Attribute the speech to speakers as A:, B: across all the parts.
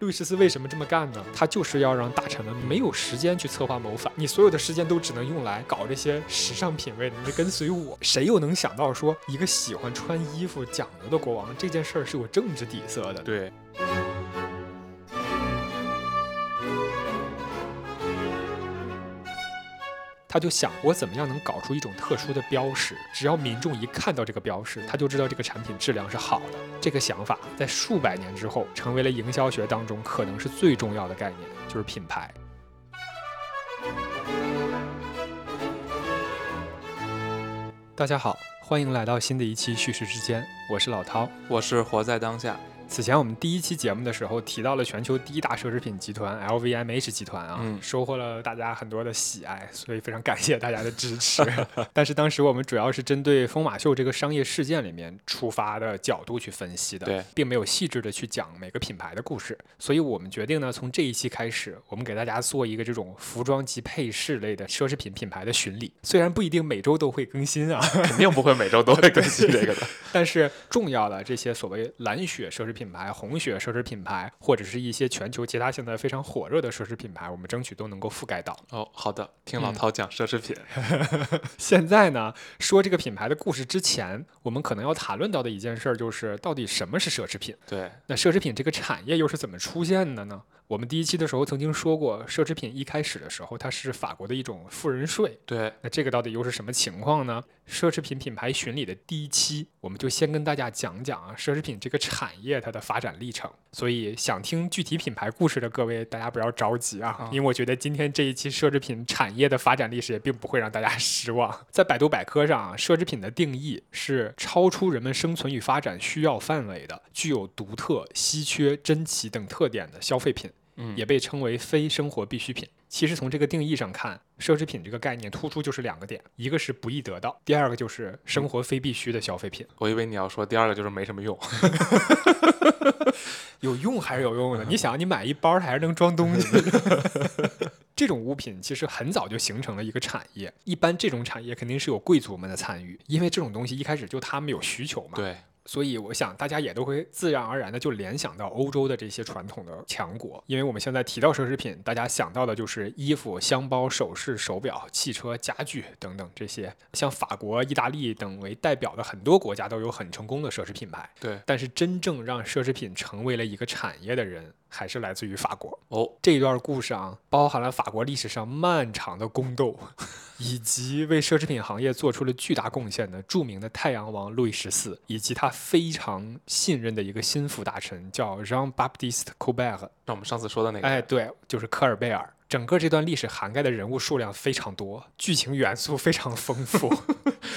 A: 路易十四为什么这么干呢？他就是要让大臣们没有时间去策划谋反，你所有的时间都只能用来搞这些时尚品味，你得跟随我。谁又能想到说，一个喜欢穿衣服讲究的国王，这件事儿是有政治底色的？
B: 对，
A: 他就想我怎么样能搞出一种特殊的标识，只要民众一看到这个标识，他就知道这个产品质量是好的。这个想法在数百年之后成为了营销学当中可能是最重要的概念，就是品牌。大家好，欢迎来到新的一期叙事之间，我是老涛。
B: 我是活在当下。
A: 此前我们第一期节目的时候提到了全球第一大奢侈品集团 LVMH 集团啊，
B: 嗯
A: 收获了大家很多的喜爱，所以非常感谢大家的支持。 但是当时我们主要是针对疯马秀这个商业事件里面出发的角度去分析的，
B: 对，
A: 并没有细致的去讲每个品牌的故事，所以我们决定呢，从这一期开始，我们给大家做一个这种服装及配饰类的奢侈品品牌的巡礼，虽然不一定每周都会更新啊，
B: 肯定不会每周都会更新这个的。
A: 但是重要的这些所谓蓝血奢侈品牌、红血奢侈品牌，或者是一些全球其他现在非常火热的奢侈品牌，我们争取都能够覆盖到。
B: 哦，好的，听老涛讲奢侈品。
A: 现在呢，说这个品牌的故事之前，我们可能要谈论到的一件事儿就是，到底什么是奢侈品？
B: 对，
A: 那奢侈品这个产业又是怎么出现的呢？我们第一期的时候曾经说过，奢侈品一开始的时候，它是法国的一种富人税，
B: 对，
A: 那这个到底又是什么情况呢？奢侈品品牌巡礼的第一期，我们就先跟大家讲讲啊，奢侈品这个产业它的发展历程。所以想听具体品牌故事的各位，大家不要着急啊，
B: 啊
A: 因为我觉得今天这一期奢侈品产业的发展历史也并不会让大家 失望。在百度百科上啊，奢侈品的定义是超出人们生存与发展需要范围的，具有独特、稀缺、珍奇等特点的消费品。
B: 嗯，
A: 也被称为非生活必需品。其实从这个定义上看，奢侈品这个概念突出就是两个点，一个是不易得到，第二个就是生活非必需的消费品。
B: 我以为你要说第二个就是没什么 用。
A: 有用还是有用的。你想，你买一包，它还是能装东西。 这种物品其实很早就形成了一个产业，一般这种产业肯定是有贵族们的参与，因为这种东西一开始就他们有需求嘛。
B: 对，
A: 所以我想大家也都会自然而然的就联想到欧洲的这些传统的强国，因为我们现在提到奢侈品，大家想到的就是衣服、箱包、首饰、手表、汽车、家具等等这些。像法国、意大利等为代表的很多国家都有很成功的奢侈品牌。
B: 对，
A: 但是真正让奢侈品成为了一个产业的人，还是来自于法国。
B: 哦，
A: 这一段故事啊，包含了法国历史上漫长的宫斗，以及为奢侈品行业做出了巨大贡献的著名的太阳王路易十四，以及他非常信任的一个心腹大臣叫 Jean Baptiste Colbert。
B: 那我们上次说的那个，
A: 哎，对，就是科尔贝尔。整个这段历史涵盖的人物数量非常多，剧情元素非常丰富。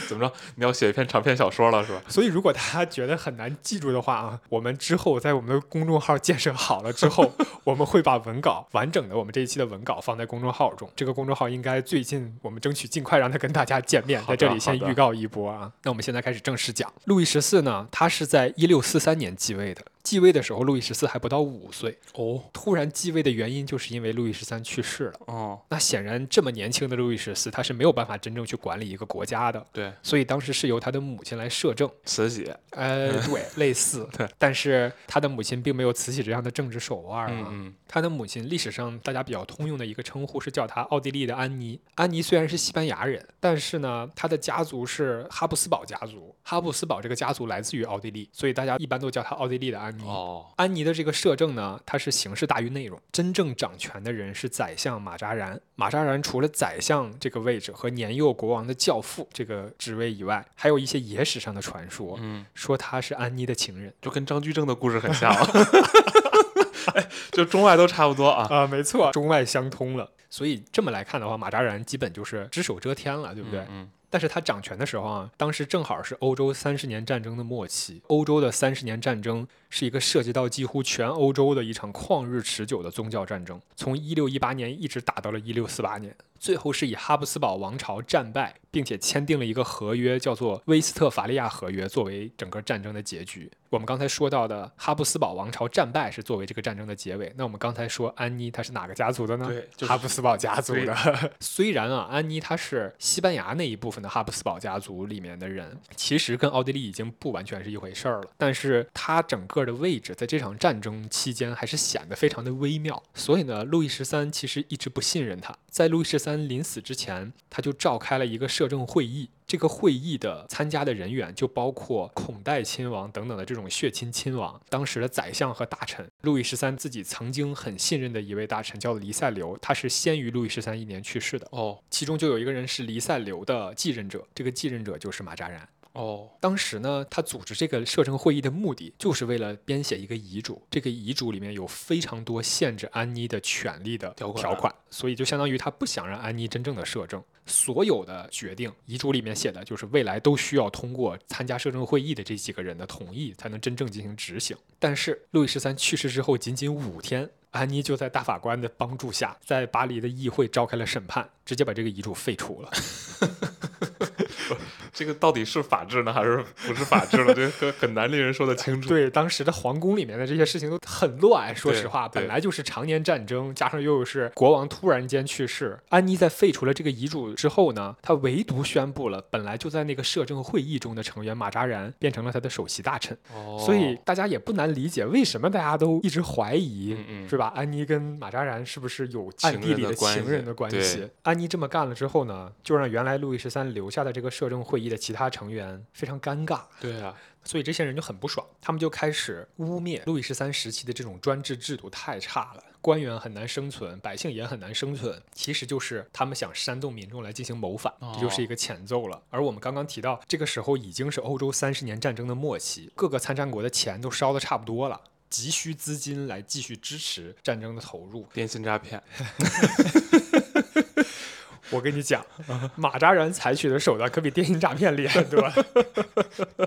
B: 怎么着？你要写一篇长篇小说了是吧？
A: 所以，如果大家觉得很难记住的话啊，我们之后在我们的公众号建设好了之 后，我们会把文稿完整的我们这一期的文稿放在公众号中。这个公众号应该最近我们争取尽快让它跟大家见面，
B: 好
A: 在
B: 的
A: 这里先
B: 好的
A: 预告一波啊。那我们现在开始正式讲，路易十四呢，他是在一六四三年继位的。继位的时候，路易十四还不到五岁。
B: 哦，
A: 突然继位的原因，就是因为路易十三去世了。
B: 哦，
A: 那显然，这么年轻的路易十四，他是没有办法真正去管理一个国家的，
B: 对，
A: 所以当时是由他的母亲来摄政。
B: 慈禧，
A: 呃，对，类似
B: 对，
A: 但是他的母亲并没有慈禧这样的政治手腕啊。
B: 嗯
A: 他的母亲历史上大家比较通用的一个称呼是叫他奥地利的安妮。安妮虽然是西班牙人，但是呢，她的家族是哈布斯堡家族。哈布斯堡这个家族来自于奥地利，所以大家一般都叫她奥地利的安妮。
B: 嗯，哦，
A: 安妮的这个摄政呢，它是形式大于内容，真正掌权的人是宰相马扎然。马扎然除了宰相这个位置和年幼国王的教父这个职位以外，还有一些野史上的传说，
B: 嗯，
A: 说他是安妮的情人。
B: 就跟张居正的故事很 像。哎，就中外都差不多啊。
A: 啊，没错，中外相通了。所以这么来看的话，马扎然基本就是只手遮天了，对不对？
B: 嗯，
A: 但是他掌权的时候啊，当时正好是欧洲三十年战争的末期。欧洲的三十年战争是一个涉及到几乎全欧洲的一场旷日持久的宗教战争，从一六一八年一直打到了一六四八年，最后是以哈布斯堡王朝战败，并且签订了一个合约，叫做《威斯特伐利亚合约》，作为整个战争的结局。我们刚才说到的哈布斯堡王朝战败是作为这个战争的结尾。那我们刚才说安妮她是哪个家族的呢？
B: 对就是
A: 哈布斯堡家族的。 虽然啊，安妮她是西班牙那一部分的哈布斯堡家族里面的人，其实跟奥地利已经不完全是一回事儿了。但是她整个的位置在这场战争期间还是显得非常的微妙。所以呢，路易十三其实一直不信任她。在路易十三临死之前，他就召开了一个摄政会议。这个会议的参加的人员就包括孔代亲王等等的这种血亲亲王，当时的宰相和大臣。路易十三自己曾经很信任的一位大臣叫黎塞留，他是先于路易十三一年去世的。
B: 哦
A: 其中就有一个人是黎塞留的继任者，这个继任者就是马扎然。
B: 哦，
A: 当时呢，他组织这个摄政会议的目的，就是为了编写一个遗嘱。这个遗嘱里面有非常多限制安妮的权利的
B: 条款
A: 条款，所以就相当于他不想让安妮真正的摄政。所有的决定，遗嘱里面写的就是未来都需要通过参加摄政会议的这几个人的同意，才能真正进行执行。但是路易十三去世之后，仅仅五天。安妮就在大法官的帮助下，在巴黎的议会召开了审判，直接把这个遗嘱废除了。
B: 这个到底是法治呢，还是不是法治呢？ 这很很难令人说得清楚。
A: 对，当时的皇宫里面的这些事情都很乱，说实话，
B: 对
A: 本来就是常年战争，加上又是国王突然间去世，安妮在废除了这个遗嘱之后呢，她唯独宣布了本来就在那个摄政会议中的成员马扎然变成了他的首席大臣，
B: 哦
A: 所以大家也不难理解为什么大家都一直怀疑。
B: 嗯嗯，
A: 是吧？安妮跟马扎然是不是有
B: 情
A: 暗地
B: 人
A: 里
B: 的
A: 的
B: 关
A: 情
B: 系
A: 人的关
B: 对
A: 系？安妮这么干了之后呢，就让原来路易十三留下的这个摄政会议的其他成员非常尴尬。
B: 对啊，
A: 所以这些人就很不爽，他们就开始污蔑路易十三时期的这种专制制度太差了，官员很难生存，百姓也很难生存。其实就是他们想煽动民众来进行谋反，这就是一个前奏了。而我们刚刚提到，这个时候已经是欧洲三十年战争的末期，各个参战国的钱都烧得差不多了。急需资金来继续支持战争的投入。
B: 电信诈骗，
A: 我跟你讲， 马扎然采取的手段可比电信诈骗厉害多了。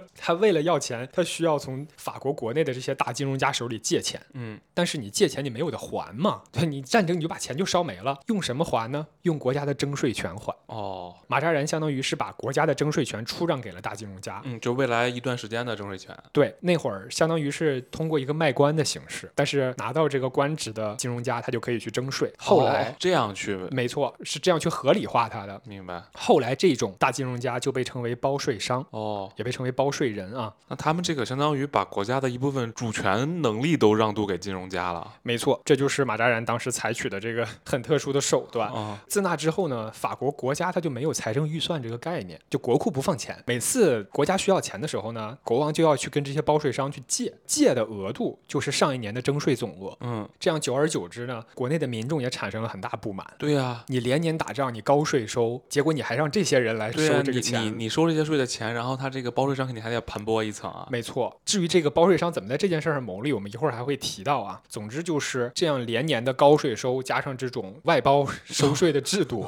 A: 他为了要钱，他需要从法国国内的这些大金融家手里借钱。
B: 嗯，
A: 但是你借钱你没有的还嘛，对你战争你就把钱就烧没了，用什么还呢？用国家的征税权还。
B: 哦，
A: 马扎然相当于是把国家的征税权出让给了大金融家。
B: 嗯，就未来一段时间的征税权，
A: 对，那会儿相当于是通过一个卖官的形式，但是拿到这个官职的金融家，他就可以去征税。后来，
B: 哦这样去，
A: 没错，是这样去合理化他的。
B: 明白？
A: 后来，这种大金融家就被称为包税商，
B: 哦，
A: 也被称为包税人啊。
B: 那他们这个相当于把国家的一部分主权能力都让渡给金融家了。
A: 没错，这就是马扎然当时采取的这个 很特殊的手段。
B: 啊，
A: 自那之后呢，法国国家它就没有财政预算这个概念，就国库不放钱。每次国家需要钱的时候呢，国王就要去跟这些包税商去借，借的额度就是上一年的征税总额。
B: 嗯，
A: 这样久而久之呢，国内的民众也产生了很大不满。
B: 对呀，
A: 你连年打仗，你高税收，结果你还让这些人来
B: 对呀，啊
A: 收这个
B: 你你
A: 钱。
B: 你收这些税的钱，然后他这个包税商肯定还得盘剥一层啊。
A: 没错，至于这个包税商怎么在这件事上牟利，我们一会儿还会提到啊。总之就是这样连年的高税收，加上这种外包收税的制度，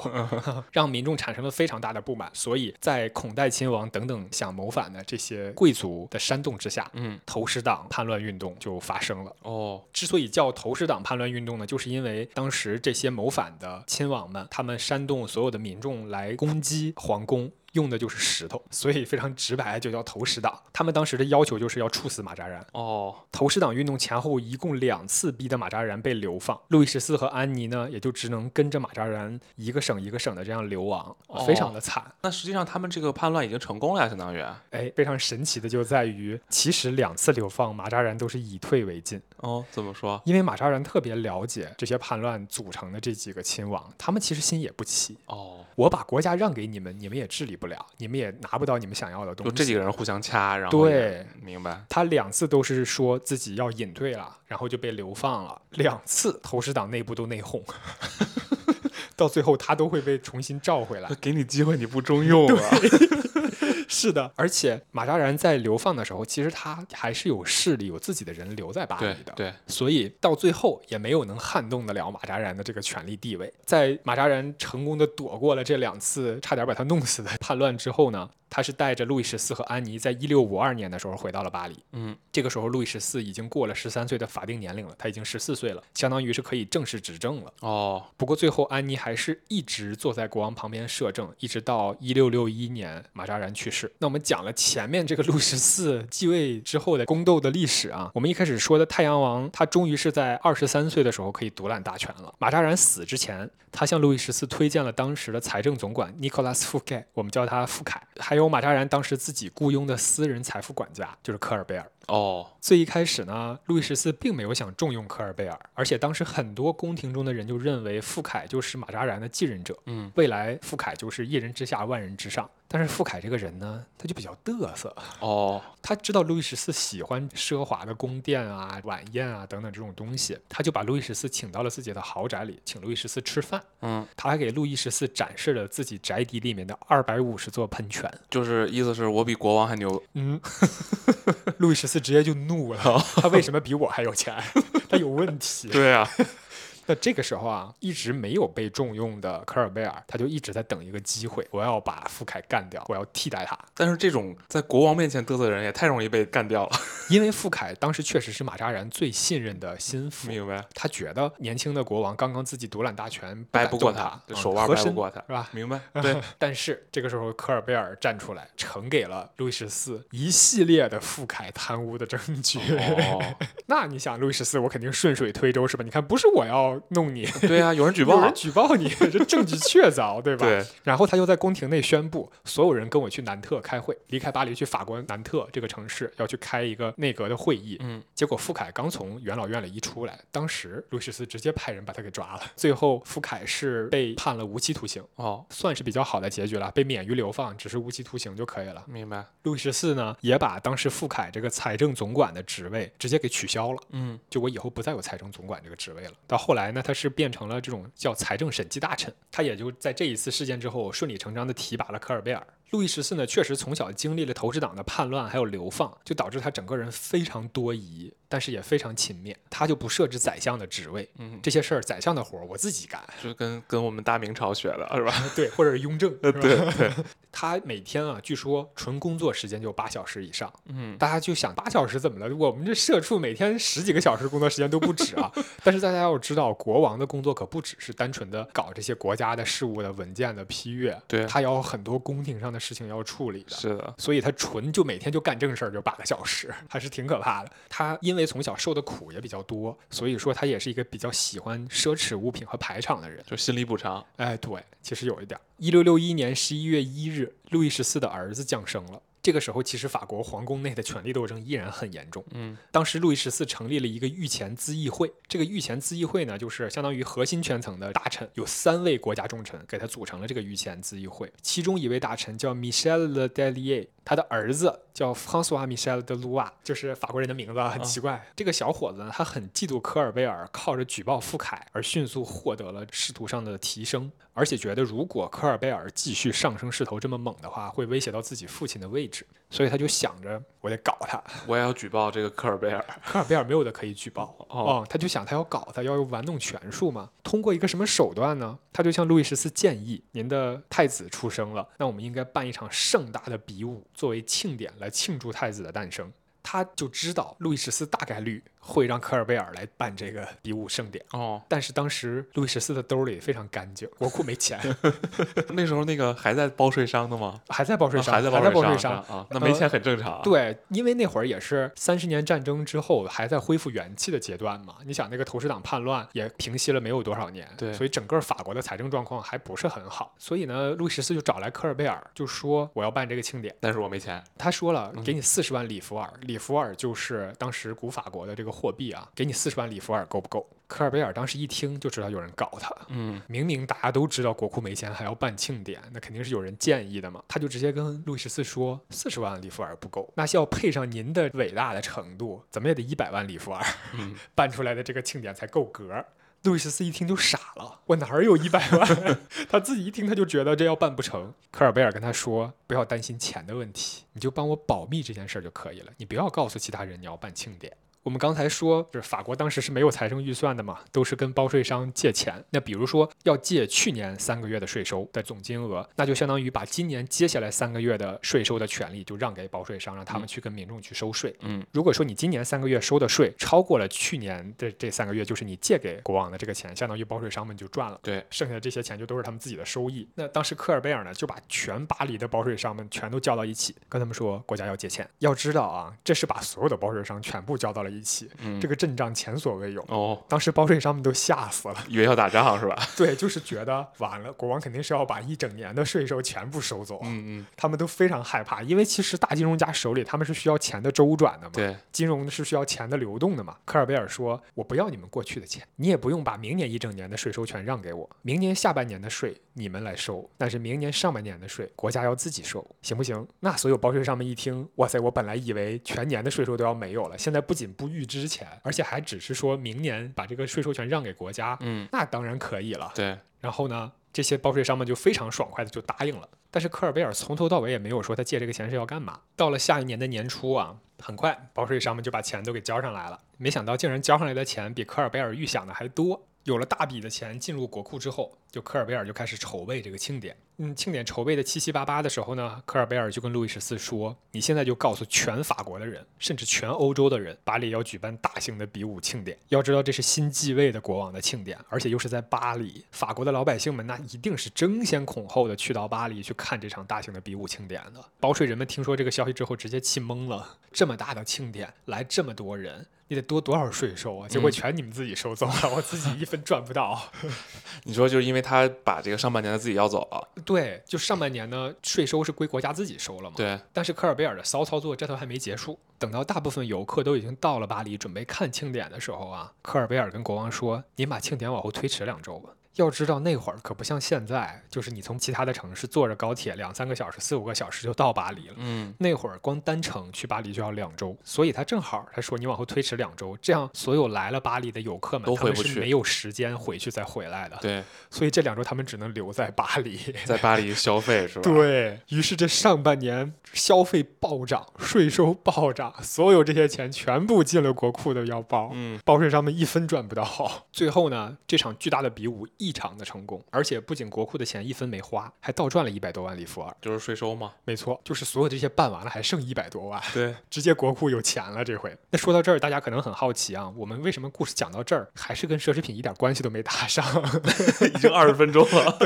A: 让民众产生了非常大的不满。所以在孔代亲王等等想谋反的这些贵族的煽动之下，
B: 嗯，
A: 投石党叛乱运动就发生了。
B: 哦，
A: 之所以叫投石党叛乱运动呢，就是因为当时这些谋反的亲王们，他们煽动所有的民众来攻击皇宫。用的就是石头，所以非常直白，就叫投石党。他们当时的要求就是要处死马扎然。
B: 哦，
A: 投石党运动前后一共两次逼得马扎然被流放，路易十四和安妮呢，也就只能跟着马扎然一个省一个省的这样流亡，
B: 哦
A: 非常的惨。
B: 那实际上他们这个叛乱已经成功了呀，相当于。
A: 哎，非常神奇的就在于，其实两次流放，马扎然都是以退为进。
B: 哦，怎么说？
A: 因为马扎然特别了解这些叛乱组成的这几个亲王，他们其实心也不齐。
B: 哦，
A: 我把国家让给你们，你们也治理不了，你们也拿不到你们想要的东
B: 就
A: 西。
B: 这几个人互相掐，然后也明白。
A: 他两次都是说自己要隐退了，然后就被流放了，两次投石党内部都内讧， 到最后他都会被重新召回来。
B: 给你机会你不中用啊！
A: 是的，而且马扎然在流放的时候，其实他还是有势力、有自己的人留在巴
B: 对
A: 黎的。
B: 对，
A: 所以到最后也没有能撼动得了马扎然的这个权力地位。在马扎然成功的躲过了这两次差点把他弄死的叛乱之后呢，他是带着路易十四和安妮在一六五二年的时候回到了巴黎。
B: 嗯，
A: 这个时候路易十四已经过了十三岁的法定年龄了，他已经十四岁了，相当于是可以正式执政了。
B: 哦，
A: 不过最后安妮还是一直坐在国王旁边摄政，一直到一六六一年马扎然去世。那我们讲了前面这个路十四继位之后的宫斗的历史啊，我们一开始说的太阳王，他终于是在二十三岁的时候可以独揽大权了。马扎然死之前，他向路易十四推荐了当时的财政总管尼科拉斯·富盖，我们叫他富凯，还有马扎然当时自己雇佣的私人财富管家，就是科尔贝尔。
B: 哦，
A: 最一开始呢，路易十四并没有想重用科尔贝尔，而且当时很多宫廷中的人就认为傅凯就是马扎然的继任者，
B: 嗯，
A: 未来傅凯就是一人之下万人之上。但是傅凯这个人呢，他就比较嘚瑟，
B: 哦，
A: 他知道路易十四喜欢奢华的宫殿啊、晚宴啊等等这种东西，他就把路易十四请到了自己的豪宅里，请路易十四吃饭，
B: 嗯，
A: 他还给路易十四展示了自己宅邸里面的二百五十座喷泉。
B: 就是意思是我比国王还牛。
A: 嗯， 路易十四直接就怒了， 他为什么比我还有钱？他有问题。
B: 对啊，
A: 那这个时候啊，一直没有被重用的科尔贝尔，他就一直在等一个机会，我要把傅凯干掉，我要替代他。
B: 但是这种在国王面前嘚瑟的人也太容易被干掉了。
A: 因为傅凯当时确实是马扎然最信任的心腹，
B: 明白，
A: 他觉得年轻的国王刚刚自己独揽大权，
B: 掰
A: 敢
B: 不过
A: 动他，嗯
B: 手腕
A: 和
B: 掰不
A: 珅
B: 过他，
A: 是吧？
B: 明白？ 对，
A: 但是这个时候，科尔贝尔站出来，呈给了路易十四一系列的傅凯贪污的证据。
B: 哦，
A: 那你想，路易十四，我肯定顺水推舟是吧？你看，不是我要弄你，
B: 对啊，有 人举
A: 有
B: 报
A: 人，举报你，这证据确凿，对吧？
B: 对，
A: 然后他又在宫廷内宣布，所有人跟我去南特开会，离开巴黎去法国南特这个城市，要去开一个内阁的会议。
B: 嗯，
A: 结果傅凯刚从元老院里一出来，当时路易十四直接派人把他给抓了，最后傅凯是被判了无期徒刑。
B: 哦，
A: 算是比较好的结局了，被免于流放，只是无期徒刑就可以了。
B: 明白，
A: 路易十四呢，也把当时傅凯这个财政总管的职位直接给取消了。
B: 嗯，
A: 就我以后不再有财政总管这个职位了。到后来呢，他是变成了这种叫财政审计大臣，他也就在这一次事件之后顺理成章的提拔了科尔贝尔。路易十四呢，确实从小经历了投石党的叛乱，还有流放，就导致他整个人非常多疑，但是也非常勤勉。他就不设置宰相的职位，
B: 嗯
A: 这些事儿宰相的活儿我自己干，
B: 就跟跟我们大明朝学的是吧？
A: 对，或者是雍正，是
B: 呃，
A: 吧
B: 对对，
A: 他每天啊，据说纯工作时间就八小时以上。
B: 嗯，
A: 大家就想八小时怎么了？我们这社畜每天十几个小时工作时间都不止啊！ 但是大家要知道，国王的工作可不只是单纯的搞这些国家的事务的文件的批阅，
B: 对
A: 他要有很多宫廷上的事情要处理的。
B: 是的，
A: 所以他纯就每天就干正事儿，就八个小时，还是挺可怕的。他因为从小受的苦也比较多，所以说他也是一个比较喜欢奢侈物品和排场的人。
B: 就心理补偿。
A: 哎，对，其实有一点儿。一六六一年十一月一日，路易十四的儿子降生了。这个时候，其实法国皇宫内的权力斗争依然很严重。
B: 嗯，
A: 当时路易十四成立了一个御前咨议会，这个御前咨议会呢，就是相当于核心圈层的大臣，有三位国家重臣给他组成了这个御前咨议会。其中一位大臣叫 Michel de Delier，他的儿子叫 François Michel de l o u a 就是法国人的名字啊，很奇怪。这个小伙子呢，他很嫉妒科尔贝尔靠着举报傅凯而迅速获得了仕途上的提升，而且觉得如果科尔贝尔继续上升势头这么猛的话，会威胁到自己父亲的位置，所以他就想着我得搞他。
B: 我也要举报这个科尔贝尔。
A: 科尔贝尔没有的可以举报，
B: 哦
A: 哦，他就想他要搞他，要玩弄权术嘛。通过一个什么手段呢？他就向路易十四建议，您的太子出生了，那我们应该办一场盛大的比武作为庆典来庆祝太子的诞生。他就知道路易十四大概率会让科尔贝尔来办这个比武盛典。
B: 哦，
A: 但是当时路易十四的兜里非常干净，国库没 钱，
B: 那时候那个还在包税商的吗？
A: 还在报税商，
B: 啊还在
A: 在
B: 包
A: 报
B: 税
A: 税商
B: 商呢，啊，那没钱很正常啊。
A: 对，因为那会儿也是三十年战争之后还在恢复元气的阶段嘛。你想，那个投石党叛乱也平息了没有多少年，
B: 对
A: 所以整个法国的财政状况还不是很好。所以呢，路易十四就找来科尔贝尔，就说我要办这个庆典。
B: 但是我没钱。
A: 他说了，给
B: 嗯
A: 你四十万里弗尔，里弗尔就是当时古法国的这个货币啊，给你四十万里弗尔够不够？科尔贝尔当时一听就知道有人搞他，
B: 嗯，
A: 明明大家都知道国库没钱，还要办庆典，那肯定是有人建议的嘛。他就直接跟路易十四说，四十万里弗尔不够，那是要配上您的伟大的程度，怎么也得一百万里弗尔，
B: 嗯
A: 办出来的这个庆典才够格儿。路易十四一听就傻了，我哪儿有一百万？ 他自己一听他就觉得这要办不成。科尔贝尔跟他说，不要担心钱的问题，你就帮我保密这件事儿就可以了，你不要告诉其他人你要办庆典。我们刚才说，就是法国当时是没有财政预算的嘛，都是跟包税商借钱。那比如说要借去年三个月的税收的总金额，那就相当于把今年接下来三个月的税收的权利就让给包税商，让他们去跟民众去收税。
B: 嗯，
A: 如果说你今年三个月收的税超过了去年的这三个月，就是你借给国王的这个钱，相当于包税商们就赚了。
B: 对，
A: 剩下的这些钱就都是他们自己的收益。那当时科尔贝尔呢，就把全巴黎的包税商们全都叫到一起，跟他们说国家要借钱。要知道啊，这是把所有的包税商全部叫到了一起，
B: 嗯
A: 这个阵仗前所未有。
B: 哦，
A: 当时包税商们都吓死了，
B: 以为要打仗是吧？
A: 对，就是觉得完了，国王肯定是要把一整年的税收全部收走，
B: 嗯嗯，
A: 他们都非常害怕，因为其实大金融家手里他们是需要钱的周转的嘛，
B: 对，
A: 金融是需要钱的流动的嘛。科尔贝尔说：“我不要你们过去的钱，你也不用把明年一整年的税收全让给我，明年下半年的税你们来收，但是明年上半年的税国家要自己收，行不行？”那所有报税上面一听，哇塞，我本来以为全年的税收都要没有了，现在不仅不预支钱，而且还只是说明年把这个税收权让给国家，
B: 嗯，
A: 那当然可以了。
B: 对，
A: 然后呢，这些报税商们就非常爽快的就答应了。但是科尔贝尔从头到尾也没有说他借这个钱是要干嘛。到了下一年的年初啊，很快报税商们就把钱都给交上来了。没想到竟然交上来的钱比科尔贝尔预想的还多。有了大笔的钱进入国库之后，就科尔贝尔就开始筹备这个庆典。嗯，庆典筹备的七七八八的时候呢，科尔贝尔就跟路易十四说：“你现在就告诉全法国的人，甚至全欧洲的人，巴黎要举办大型的比武庆典。要知道，这是新继位的国王的庆典，而且又是在巴黎。法国的老百姓们那一定是争先恐后的去到巴黎去看这场大型的比武庆典的。包税人们听说这个消息之后，直接气懵了：这么大的庆典，来这么多人。”你得多多少税收啊？结果全你们自己收走了， 我自己一分赚不到。
B: 你说就是因为他把这个上半年的自己要走啊了，
A: 对，就上半年呢，税收是归国家自己收了嘛。
B: 对，
A: 但是科尔贝尔的骚操作这头还没结束，等到大部分游客都已经到了巴黎，准备看庆典的时候啊，科尔贝尔跟国王说：“您把庆典往后推迟两周吧。”要知道那会儿可不像现在，就是你从其他的城市坐着高铁两三个小时、四五个小时就到巴黎了。
B: 嗯，
A: 那会儿光单程去巴黎就要两周，所以他正好他说你往后推迟两周，这样所有来了巴黎的游客们
B: 都回不
A: 他们
B: 去
A: 是没有时间回去再回来的，
B: 对，
A: 所以这两周他们只能留在巴 黎。
B: 在巴黎消费 是吧？，
A: 对于是，这上半年消费暴涨，税收暴涨，所有这些钱全部进了国库的腰包，
B: 嗯，
A: 报税商们一分赚不到。最后呢，这场巨大的比武异常的成功，而且不仅国库的钱一分没花，还倒赚了一百多万里弗尔。
B: 就是税收嘛，
A: 没错，就是所有这些办完了，还剩一百多万。
B: 对，
A: 直接国库有钱了这回。那说到这儿，大家可能很好奇啊，我们为什么故事讲到这儿还是跟奢侈品一点关系都没搭上？
B: 已经二十分钟 了，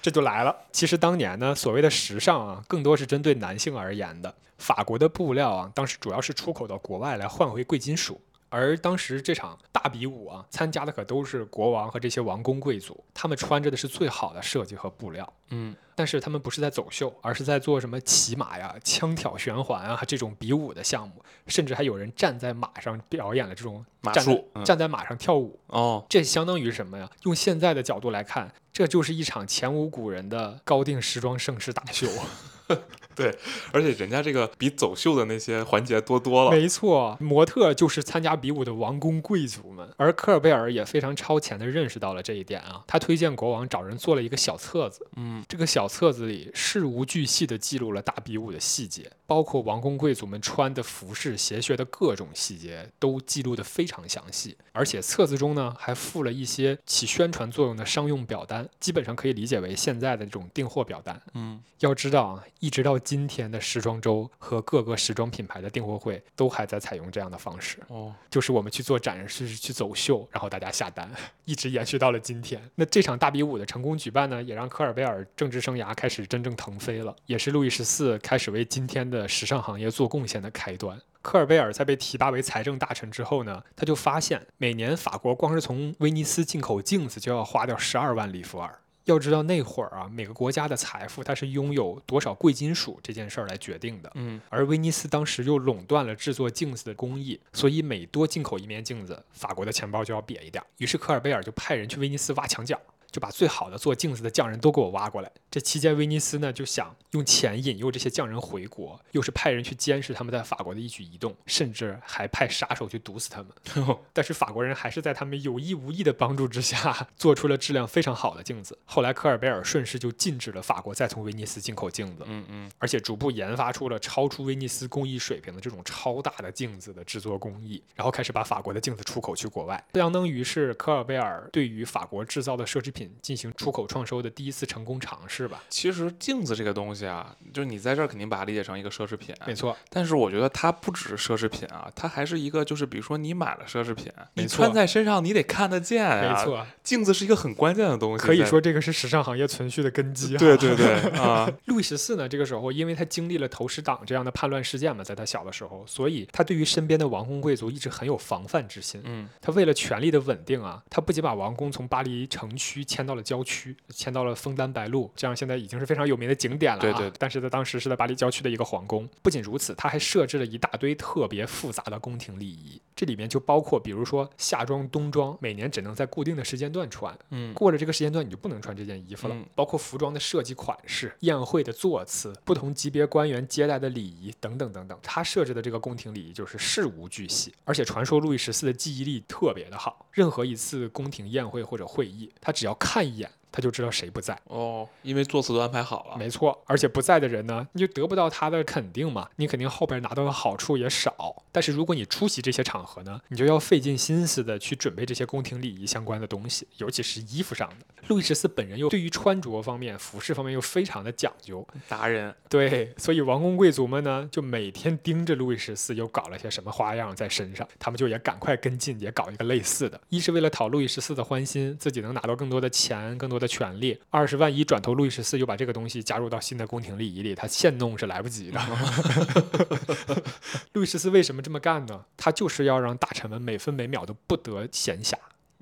A: 这就来了。其实当年呢，所谓的时尚啊，更多是针对男性而言的。法国的布料啊，当时主要是出口到国外来换回贵金属。而当时这场大比武啊，参加的可都是国王和这些王公贵族，他们穿着的是最好的设计和布料。
B: 嗯，
A: 但是他们不是在走秀，而是在做什么骑马呀、枪挑旋环啊这种比武的项目，甚至还有人站在马上表演了这种
B: 马
A: 站
B: 术
A: 在
B: 嗯
A: 站在马上跳舞。
B: 哦，
A: 这相当于什么呀？用现在的角度来看，这就是一场前无古人的高定时装盛世大秀。
B: 而且人家这个比走秀的那些环节多多了，
A: 没错，模特就是参加比武的王公贵族们，而科尔贝尔也非常超前的认识到了这一点啊。他推荐国王找人做了一个小册子，
B: 嗯，
A: 这个小册子里事无巨细的记录了大比武的细节，包括王公贵族们穿的服饰、鞋靴的各种细节都记录的非常详细。而且册子中呢还附了一些起宣传作用的商用表单，基本上可以理解为现在的这种订货表单。
B: 嗯，
A: 要知道啊，一直到今天的时装周和各个时装品牌的订货会都还在采用这样的方式，
B: 哦，
A: 就是我们去做展示、去走秀，然后大家下单， 一直延续到了今天。那这场大比武的成功举办呢，也让科尔贝尔政治生涯开始真正腾飞了，也是路易十四开始为今天的时尚行业做贡献的开端。科尔贝尔在被提拔为财政大臣之后呢，他就发现每年法国光是从威尼斯进口镜子就要花掉十二万里弗尔。要知道那会儿啊，每个国家的财富它是拥有多少贵金属这件事儿来决定的。
B: 嗯，
A: 而威尼斯当时又垄断了制作镜子的工艺，所以每多进口一面镜子，法国的钱包就要瘪一点儿。于是科尔贝尔就派人去威尼斯挖墙角，就把最好的做镜子的匠人都给我挖过来。这期间，威尼斯呢就想用钱引诱这些匠人回国，又是派人去监视他们在法国的一举一动，甚至还派杀手去毒死他们。但是法国人还是在他们有意无意的帮助之下，做出了质量非常好的镜子。后来科尔贝尔顺势就禁止了法国再从威尼斯进口镜子，
B: 嗯嗯，
A: 而且逐步研发出了超出威尼斯工艺水平的这种超大的镜子的制作工艺，然后开始把法国的镜子出口去国外，相当于是科尔贝尔对于法国制造的奢侈品进行出口创收的第一次成功尝试吧。
B: 其实镜子这个东西啊，就是你在这儿肯定把它理解成一个奢侈品，啊
A: 没错，
B: 但是我觉得它不只是奢侈品啊，它还是一个就是比如说你买了奢侈品，
A: 没
B: 你
A: 错
B: 穿在身上你得看得见哎呀、
A: 没，错，
B: 镜子是一个很关键的东西，
A: 可以
B: 在。
A: 说这个是时尚行业存续的根基、啊。
B: 对对对 啊，
A: 路易十四呢，这个时候因为他经历了投石党这样的叛乱事件嘛，在他小的时候，所以他对于身边的王公贵族一直很有防范之心。
B: 嗯，
A: 他为了权力的稳定啊，他不仅把王宫从巴黎城区迁到了郊区，迁到了枫丹白露，这样现在已经是非常有名的景点了、啊。
B: 对对对
A: 但是在当时是在巴黎郊区的一个皇宫。不仅如此，他还设置了一大堆特别复杂的宫廷礼仪，这里面就包括比如说夏装、冬装，每年只能在固定的时间段穿，
B: 嗯
A: 过了这个时间段，你就不能穿这件衣服了。
B: 嗯
A: 包括服装的设计款式、宴会的座次、不同级别官员接待的礼仪等等等等。他设置的这个宫廷礼仪就是事无巨细，而且传说路易十四的记忆力特别的好，任何一次宫廷宴会或者会议，他只要看一眼，他就知道谁不在。
B: 哦，因为座次都安排好了，
A: 没错，而且不在的人呢，你就得不到他的肯定嘛，你肯定后边拿到的好处也少。但是如果你出席这些场合呢，你就要费尽心思的去准备这些宫廷礼仪相关的东西，尤其是衣服上的。路易十四本人又对于穿着方面、服饰方面又非常的讲究，
B: 达人，
A: 对，所以王公贵族们呢，就每天盯着路易十四又搞了些什么花样在身上，他们就也赶快跟进，也搞一个类似的。一是为了讨路易十四的欢心，自己能拿到更多的钱、更多的权利；二是万一转头路易十四又把这个东西加入到新的宫廷礼仪里，他现弄是来不及的。 路易十四为什么这么干呢？他就是要让大臣们每分每秒都不得闲暇。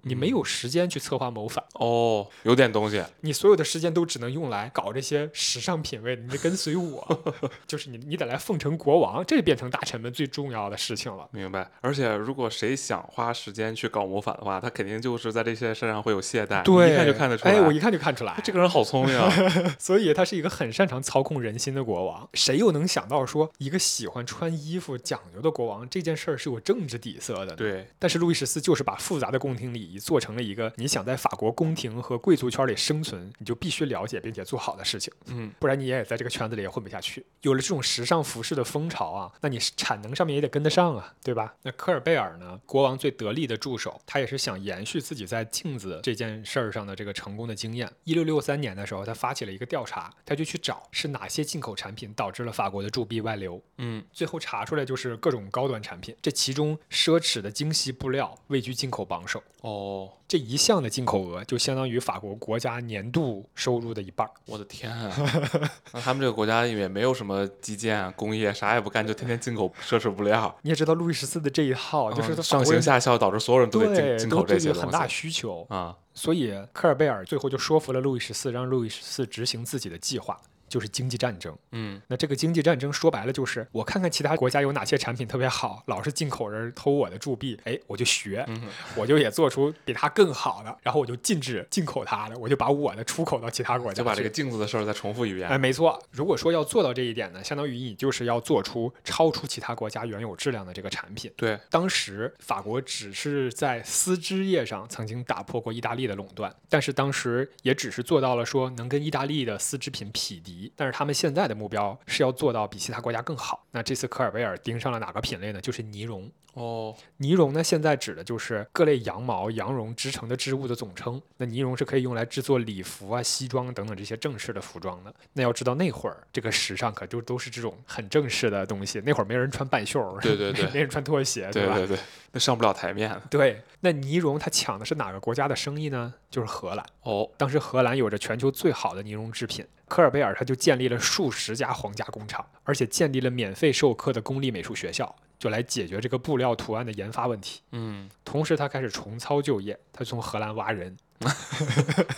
A: 你
B: 嗯
A: 没有时间去策划谋反，
B: 哦，有点东西，
A: 你所有的时间都只能用来搞这些时尚品味，你得跟随我， 就是你你得来奉承国王，这变成大臣们最重要的事情了。
B: 明白。而且如果谁想花时间去搞谋反的话，他肯定就是在这些事上会有懈怠，
A: 对，
B: 你一看就看得出来。
A: 哎，我一看就看出来，
B: 这个人好聪 明啊，
A: 所以他是一个很擅长操控人心的国王。谁又能想到说，一个喜欢穿衣服讲究的国王，这件事儿是有政治底色的呢？
B: 对，
A: 但是路易十四就是把复杂的宫廷礼仪做成了一个你想在法国宫廷和贵族圈里生存，你就必须了解并且做好的事情。
B: 嗯，
A: 不然你也在这个圈子里也混不下去。有了这种时尚服饰的风潮啊，那你是产能上面也得跟得上啊，对吧？那科尔贝尔呢，国王最得力的助手，他也是想延续自己在镜子这件事儿上的这个成功的经验。一六六三年的时候，他发起了一个调查，他就去找是哪些进口产品导致了法国的铸币外流。
B: 嗯，
A: 最后查出来就是各种高端产品，这其中奢侈的精细布料位居进口榜首。
B: 哦，
A: 这一项的进口额就相当于法国国家年度收入的一半儿。
B: 我的 天啊！那他们这个国家也没有什么基建、啊工业，啥也不干，就天天进口奢侈布 料，
A: 你也知道路易十四的这一套，哦就是
B: 嗯
A: 他
B: 上
A: 法国
B: 行
A: 人
B: 下效，导致所有人都得
A: 对
B: 进进
A: 都
B: 口这
A: 对
B: 些
A: 于
B: 东
A: 很
B: 西
A: 大需求，
B: 啊。
A: 所以科尔贝尔最后就说服了路易十四，让路易十四执行自己的计划，就是经济战争。
B: 嗯，
A: 那这个经济战争说白了就是，我看看其他国家有哪些产品特别好，老是进口人偷我的铸币，哎，我就学，
B: 嗯
A: 我就也做出比他更好的，然后我就禁止进口他的，我就把我的出口到其他国家去，
B: 就把这个镜子的事儿再重复一遍。
A: 哎，没错。如果说要做到这一点呢，相当于你就是要做出超出其他国家原有质量的这个产品。
B: 对，
A: 当时法国只是在丝织业上曾经打破过意大利的垄断，但是当时也只是做到了说能跟意大利的丝织品匹敌。但是他们现在的目标是要做到比其他国家更好。那这次科尔贝尔盯上了哪个品类呢？就是呢绒。
B: 哦，
A: 呢绒呢，现在指的就是各类羊毛、羊绒织成的织物的总称。那呢绒是可以用来制作礼服啊、西装等等这些正式的服装的。那要知道那会儿这个时尚可就都是这种很正式的东西，那会儿没人穿半袖儿，
B: 对对 对
A: 没人穿拖鞋，
B: 对
A: 吧？
B: 对对，那上不了台面。
A: 对，那呢绒它抢的是哪个国家的生意呢？就是荷兰。
B: 哦，
A: 当时荷兰有着全球最好的呢绒制品，科尔贝尔他就建立了数十家皇家工厂，而且建立了免费授课的公立美术学校，就来解决这个布料图案的研发问题。
B: 嗯
A: 同时，他开始重操旧业，他从荷兰挖人，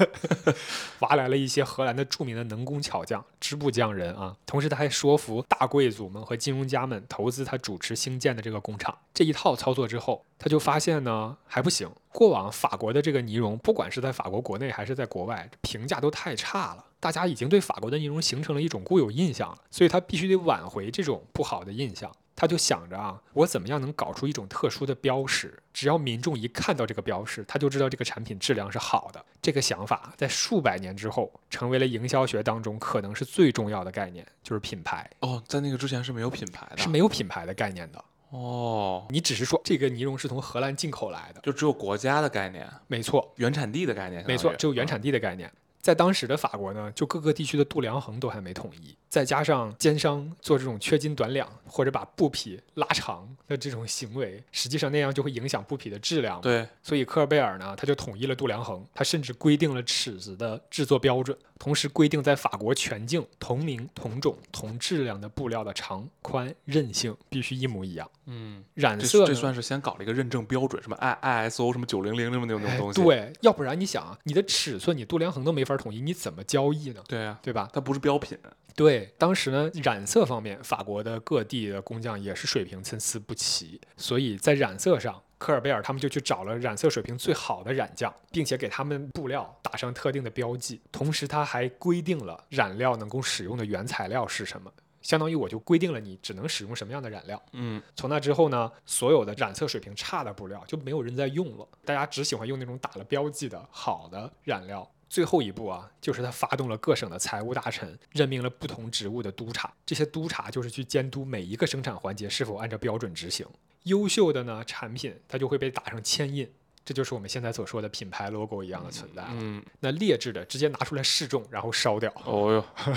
A: 挖来了一些荷兰的著名的能工巧匠、织布匠人啊。同时，他还说服大贵族们和金融家们投资他主持兴建的这个工厂。这一套操作之后，他就发现呢还不行，过往法国的这个呢绒，不管是在法国国内还是在国外，评价都太差了。大家已经对法国的呢绒形成了一种固有印象了，所以他必须得挽回这种不好的印象。他就想着啊，我怎么样能搞出一种特殊的标识？只要民众一看到这个标识，他就知道这个产品质量是好的。这个想法在数百年之后成为了营销学当中可能是最重要的概念，就是品牌
B: 哦，在那个之前是没有品牌的，
A: 是没有品牌的概念的。
B: 哦，
A: 你只是说这个呢绒是从荷兰进口来的，
B: 就只有国家的概念，
A: 没错，
B: 原产地的概念，
A: 没错，只有原产地的概念。在当时的法国呢，就各个地区的度量衡都还没统一，再加上奸商做这种缺斤短两或者把布匹拉长的这种行为，实际上那样就会影响布匹的质量嘛。
B: 哦对，
A: 所以科尔贝尔呢，他就统一了度量衡，他甚至规定了尺子的制作标准，同时规定在法国全境同名、同种、同质量的布料的长、宽、韧性必须一模一样。
B: 嗯，
A: 染
B: 这
A: 色
B: 这
A: 呢
B: 算是先搞了一个认证标准，什么 I ISO 什么九零零什么那种那种
A: 哎
B: 东西，
A: 对，要不然你想啊，你的尺寸、你度量衡都没法统一，你怎么交易呢？
B: 对啊，
A: 对吧？
B: 它不是标品，
A: 对，当时呢，染色方面，法国的各地的工匠也是水平参差不齐，所以在染色上，科尔贝尔他们就去找了染色水平最好的染匠，并且给他们布料打上特定的标记，同时他还规定了染料能够使用的原材料是什么。相当于我就规定了你只能使用什么样的染料。
B: 嗯，
A: 从那之后呢，所有的染色水平差的布料就没有人在用了，大家只喜欢用那种打了标记的好的染料。最后一步啊，就是他发动了各省的财务大臣，任命了不同职务的督察。这些督察就是去监督每一个生产环节是否按照标准执行。优秀的呢产品，它就会被打上铅印，这就是我们现在所说的品牌 logo 一样的存在了。
B: 嗯，
A: 那劣质的直接拿出来示众，然后烧掉，
B: 哦 哟，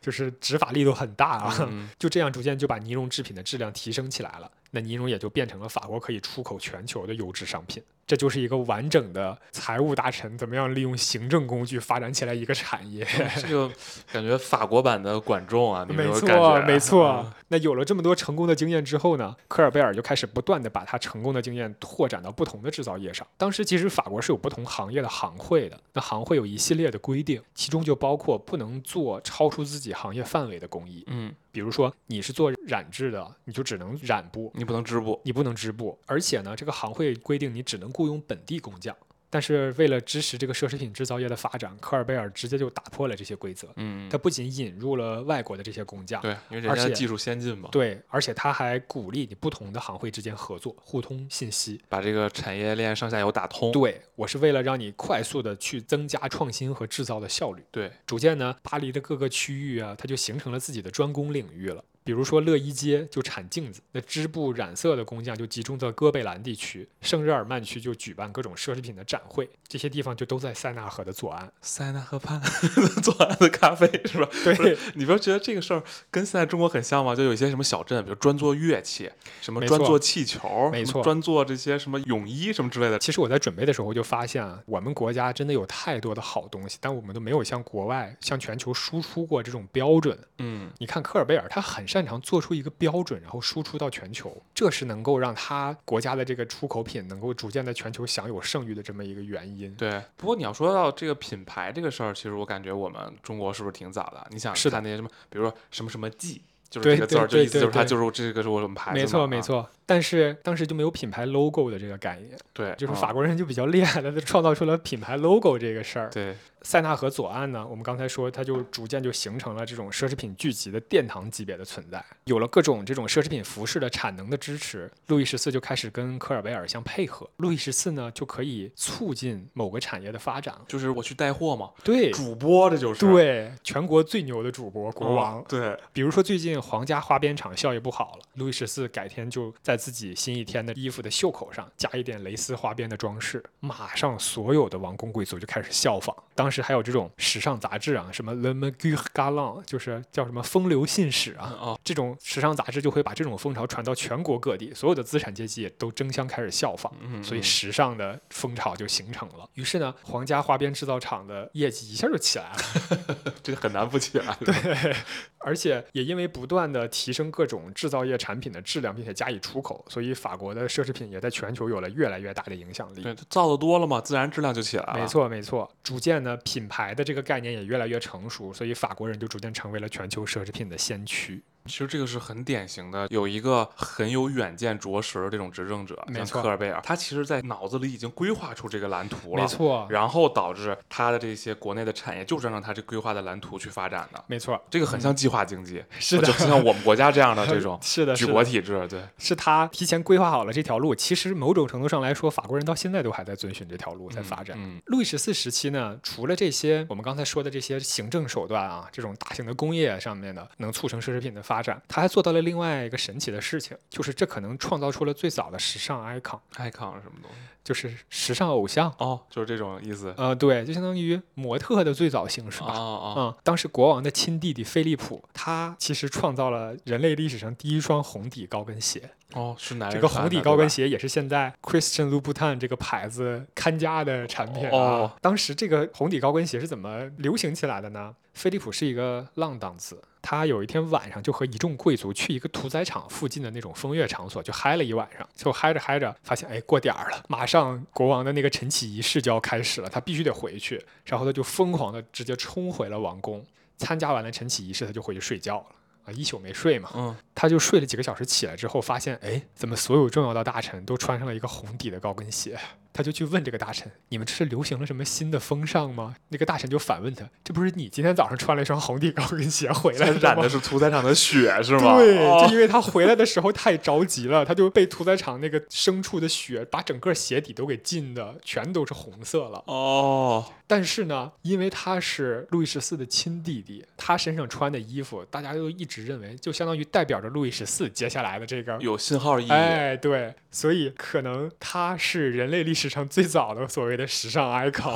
A: 就是执法力度很大啊。
B: 嗯
A: 就这样，逐渐就把呢绒制品的质量提升起来了。那呢绒也就变成了法国可以出口全球的优质商品。这就是一个完整的财务大臣怎么样利用行政工具发展起来一个产业。
B: 这个感觉法国版的管仲啊，你有
A: 没
B: 有感觉
A: 错，
B: 啊
A: 没错。那有了这么多成功的经验之后呢，科尔贝尔就开始不断的把他成功的经验拓展到不同的制造业上。当时其实法国是有不同行业的行会的，那行会有一系列的规定，其中就包括不能做超出自己行业范围的工艺。
B: 嗯，
A: 比如说你是做染制的，你就只能染布，
B: 你不能织布，
A: 你不能织布，而且呢，这个行会规定你只能雇佣本地工匠。但是为了支持这个奢侈品制造业的发展，科尔贝尔直接就打破了这些规则。
B: 嗯，
A: 他不仅引入了外国的这些工匠，
B: 对，因为人
A: 而
B: 家
A: 且
B: 技术先进嘛，
A: 对，而且他还鼓励你不同的行会之间合作，互通信息。
B: 把这个产业链上下游打通，
A: 对我是为了让你快速的去增加创新和制造的效率。
B: 对，
A: 逐渐呢，巴黎的各个区域啊，它就形成了自己的专攻领域了。比如说乐衣街就产镜子，那织布染色的工匠就集中在哥贝兰地区，圣日耳曼区就举办各种奢侈品的展会，这些地方就都在塞纳河的左岸。
B: 塞纳河畔 左岸的咖啡是吧？
A: 对，
B: 你不是觉得这个事儿跟现在中国很像吗？就有一些什么小镇，比如专做乐器，什么
A: 没
B: 专
A: 错
B: 做气球，
A: 没
B: 什么
A: 错
B: 专做这些什么泳衣什么之类的。
A: 其实我在准备的时候就发现啊，我们国家真的有太多的好东西，但我们都没有向国外、向全球输出过这种标准。
B: 嗯，
A: 你看科尔贝尔，他很擅长做出一个标准，然后输出到全球，这是能够让他国家的这个出口品能够逐渐在全球享有盛誉的这么一个原因。
B: 对。不过你要说到这个品牌这个事儿，其实我感觉我们中国是不是挺早的？你想
A: 是的
B: 看那些什么，比如说什么什么记，就是
A: 对
B: 这个字儿，就
A: 对
B: 意思
A: 对
B: 就是它
A: 对
B: 就是这个是我们牌子。
A: 没错，没。错。啊但是当时就没有品牌 logo 的这个概念，
B: 对，
A: 就是
B: 嗯
A: 法。国人就比较厉害的，他创造出了品牌 logo 这个事儿。
B: 对，
A: 塞纳河左岸呢，我们刚才说，它就逐渐就形成了这种奢侈品聚集的殿堂级别的存在，有了各种这种奢侈品服饰的产能的支持，路易十四就开始跟科尔维尔相配合，路易十四呢就可以促进某个产业的发展了。
B: 就是我去带货嘛，
A: 对
B: 主播这就是
A: 对，全国最牛的主播国王，
B: 嗯对，
A: 比如说最近皇家花边厂效益不好了，路易十四改天就在自己新一天的衣服的袖口上加一点蕾丝花边的装饰，马上所有的王公贵族就开始效仿。当时还有这种时尚杂志啊，什么《Le m a g u r Galant》，就是叫什么风流信使啊，
B: 哦，
A: 这种时尚杂志就会把这种风潮传到全国各地，所有的资产阶级也都争相开始效仿，
B: 嗯
A: 所以
B: 嗯
A: 时尚的风潮就形成了。于是呢，皇家花边制造厂的业绩一下就起来了。
B: 这个很难不起来。对，
A: 而且也因为不断的提升各种制造业产品的质量，并且加以出口，所以法国的奢侈品也在全球有了越来越大的影响力。啊
B: 对，啊造的多了嘛，自然质量就起来了。
A: 没，错，没错。逐渐呢，品牌的这个概念也越来越成熟，所以法国人就逐渐成为了全球奢侈品的先驱。
B: 其实这个是很典型的，有一个很有远见卓识的这种执政者，
A: 没
B: 像
A: 错
B: 科尔贝尔，他其实在脑子里已经规划出这个蓝图了。
A: 没错，
B: 然后导致他的这些国内的产业就是按照他这规划的蓝图去发展的，
A: 没错，
B: 这个很像计划经济，
A: 嗯是
B: 就
A: 的，
B: 像我们国家这样的这种
A: 是的，
B: 举
A: 是
B: 国
A: 的，
B: 体制，对，
A: 是他提前规划好了这条路。其实某种程度上来说，法国人到现在都还在遵循这条路在发展。
B: 嗯，
A: 路易十四时期呢，除了这些我们刚才说的这些行政手段啊，这种大型的工业上面的能促成奢侈品的发展，他还做到了另外一个神奇的事情，就是这可能创造出了最早的时尚 icon，
B: 爱康是什么东西？
A: 就是时尚偶像。
B: 哦，就是这种意思。
A: 呃，对，就相当于模特的最早形式
B: 哦
A: 吧。
B: 哦，
A: 嗯，当时国王的亲弟弟菲利普，他其实创造了人类历史上第一双红底高跟鞋。
B: 哦，是男人
A: 这个红底高跟
B: 鞋，
A: 鞋也是现在 Christian Louboutin 这个牌子看家的产品啊。
B: 哦
A: 当时这个红底高跟鞋是怎么流行起来的呢？菲利普是一个浪荡子，他有一天晚上就和一众贵族去一个屠宰场附近的那种风月场所，就嗨了一晚上。就嗨着嗨着，发现哎过点儿了，马上国王的那个晨起仪式就要开始了，他必须得回去。然后他就疯狂的直接冲回了王宫，参加完了晨起仪式，他就回去睡觉了啊，一宿没睡嘛。
B: 嗯，
A: 他就睡了几个小时，起来之后发现，哎，怎么所有重要的大臣都穿上了一个红底的高跟鞋？他就去问这个大臣：“你们这是流行了什么新的风尚吗？”那个大臣就反问他：“这不是你今天早上穿了一双红底高跟鞋回来的吗
B: 他染 的是屠宰场的血是吗？
A: 对，
B: 哦
A: 就因为他回来的时候太着急了，他就被屠宰场那个牲畜的血把整个鞋底都给浸的全都是红色了。
B: 哦，
A: 但是呢，因为他是路易十四的亲弟弟，他身上穿的衣服，大家都一直认为就相当于代表着路易十四接下来的这个
B: 有信号意义。
A: 哎，对，所以可能他是人类历史上最早的所谓的时尚 icon，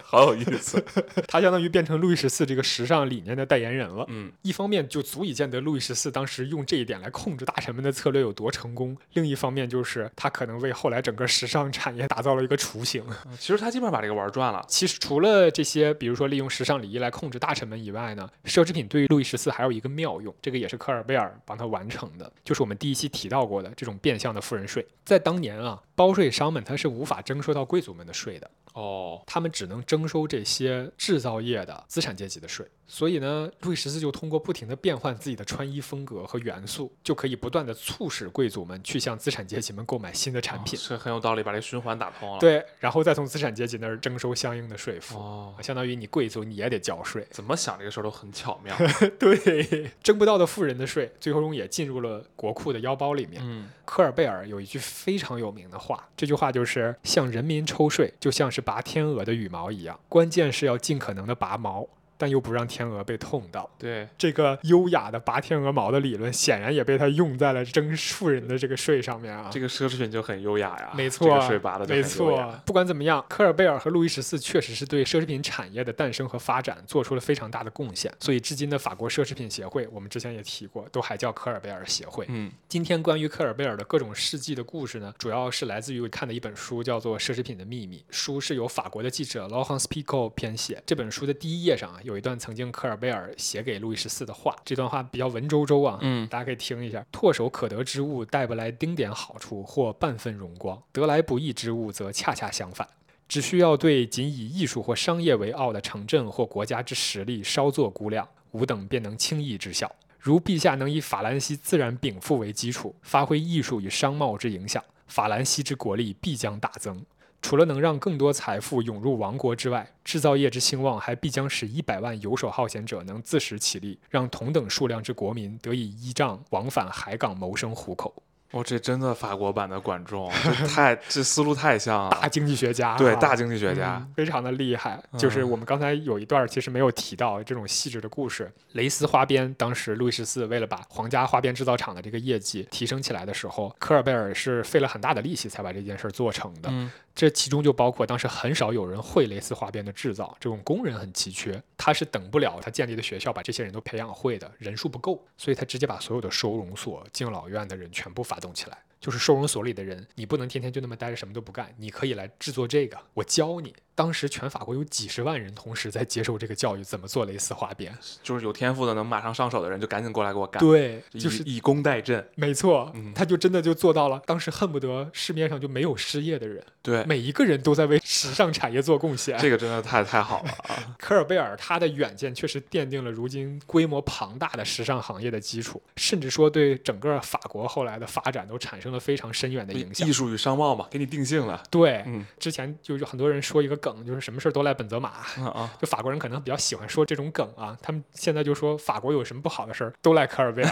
B: 好有意思，
A: 他相当于变成路易十四这个时尚理念的代言人了。
B: 嗯，
A: 一方面就足以见得路易十四当时用这一点来控制大臣们的策略有多成功，另一方面就是他可能为后来整个时尚产业打造了一个雏形。
B: 其实他基本上把这个玩转了，
A: 其实除了这些，比如说利用时尚礼仪来控制大臣们以外呢，奢侈品对于路易十四还有一个妙用，这个也是科尔贝尔帮他完成的，就是我们第一期提到过的这种变相的富人税。在当年啊，包税商们他是无法征收到贵族们的税的，
B: 哦，
A: 他们只能征收这些制造业的资产阶级的税。所以呢，路易十四就通过不停的变换自己的穿衣风格和元素，就可以不断的促使贵族们去向资产阶级们购买新的产品，
B: 哦是很有道理，把这循环打通了。，
A: 对，然后再从资产阶级那儿征收相应的税赋。
B: 哦，，
A: 啊相当于你贵族你也得交税
B: 怎么想这个事儿都很巧 妙。
A: 对，征不到的富人的税，最终也进入了国库的腰包里面。
B: 嗯，
A: 科尔贝尔有一句非常有名的话，这句话就是向人民抽税，就像是拔天鹅的羽毛一样，关键是要尽可能的拔毛，但又不让天鹅被痛到。
B: 对，
A: 这个优雅的拔天鹅毛的理论，显然也被他用在了征富人的这个税上面啊。
B: 这个奢侈品就很优雅呀，
A: 没错，
B: 这个税拔的就
A: 没
B: 很优雅。
A: 错。不管怎么样，科尔贝尔和路易十四确实是对奢侈品产业的诞生和发展做出了非常大的贡献，所以至今的法国奢侈品协会，我们之前也提过，都还叫科尔贝尔协会。
B: 嗯，
A: 今天关于科尔贝尔的各种事迹的故事呢，主要是来自于我看的一本书，叫做《奢侈品的秘密》。书是由法国的记者 Laurence Pico 编写。这本书的第一页上啊，有一段曾经科尔贝尔写给路易十四的话，这段话比较文绉绉啊，
B: 嗯
A: 大家可以听一下：唾手可得之物带不来丁点好处或半分荣光，得来不易之物则恰恰相反。只需要对仅以艺术或商业为傲的城镇或国家之实力稍作估量，吾等便能轻易知晓。如陛下能以法兰西自然禀赋为基础，发挥艺术与商贸之影响，法兰西之国力必将大增。除了能让更多财富涌入王国之外，制造业之兴旺还必将使一百万游手好闲者能自食其力，让同等数量之国民得以依仗往返海港谋生糊口。
B: 哦，这真的法国版的管仲， 这太这思路太像
A: 大
B: 了，
A: 经济学家、
B: 对，
A: 啊
B: 大经济学家
A: 嗯，非常的厉害。就是
B: 嗯
A: 我们刚才有一段其实没有提到这种细致的故事。蕾丝花边，当时路易十四为了把皇家花边制造厂的这个业绩提升起来的时候，科尔贝尔是费了很大的力气才把这件事儿做成的。
B: 嗯，
A: 这其中就包括当时很少有人会蕾丝花边的制造，这种工人很奇缺，他是等不了他建立的学校把这些人都培养会的，人数不够，所以他直接把所有的收容所、敬老院的人全部发动起来。就是收容所里的人，你不能天天就那么待着什么都不干，你可以来制作这个，我教你。当时全法国有几十万人同时在接受这个教育，怎么做蕾丝花边？
B: 就是有天赋的能马上上手的人就赶紧过来给我干，
A: 对，
B: 以
A: 就是
B: 以工代赈。
A: 没错
B: 嗯，
A: 他就真的就做到了。当时恨不得市面上就没有失业的人，
B: 对，
A: 每一个人都在为时尚产业做贡献。
B: 这个真的太太好了啊！
A: 科尔贝尔他的远见确实奠定了如今规模庞大的时尚行业的基础，甚至说对整个法国后来的发展都产生了非常深远的 影响
B: 艺。术与商贸嘛，给你定性了。
A: 对，
B: 嗯
A: 之前就有很多人说一个梗，就是什么事儿都赖本泽马。
B: 啊啊，
A: 就法国人可能比较喜欢说这种梗啊，他们现在就说法国有什么不好的事儿都赖科尔贝尔。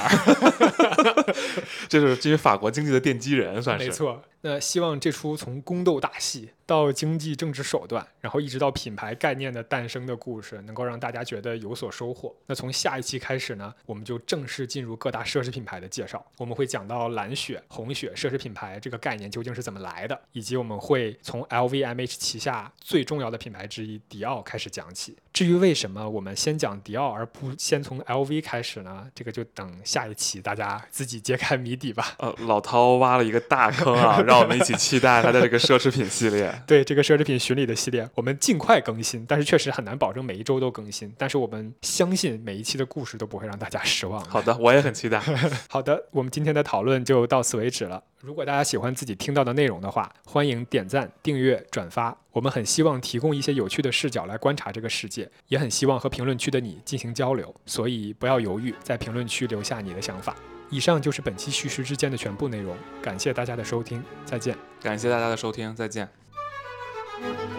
B: 这就是基于法国经济的奠基人，算是
A: 没错，那希望这出从宫斗大戏到经济政治手段，然后一直到品牌概念的诞生的故事，能够让大家觉得有所收获。那从下一期开始呢，我们就正式进入各大奢侈品牌的介绍，我们会讲到蓝雪、红雪奢侈品牌这个概念究竟是怎么来的，以及我们会从 LVMH 旗下最重要的品牌之一迪奥开始讲起。至于为什么我们先讲迪奥而不先从 LV 开始呢？这个就等下一期大家自己揭开谜底吧。
B: 呃，老陶挖了一个大坑啊，让我们一起期待他的这个奢侈品系列。
A: 对这个奢侈品巡礼的系列，我们尽快更新，但是确实很难保证每一周都更新。但是我们相信每一期的故事都不会让大家 失望的。
B: 好的，我也很期待。
A: 好的，我们今天的讨论就到此为止了。如果大家喜欢自己听到的内容的话，欢迎点赞、订阅、转发。我们很希望提供一些有趣的视角来观察这个世界，也很希望和评论区的你进行交流。所以不要犹豫，在评论区留下你的想法。以上就是本期叙事之间的全部内容，感谢大家的收听，再见。
B: 感谢大家的收听，再见。
C: Thank you.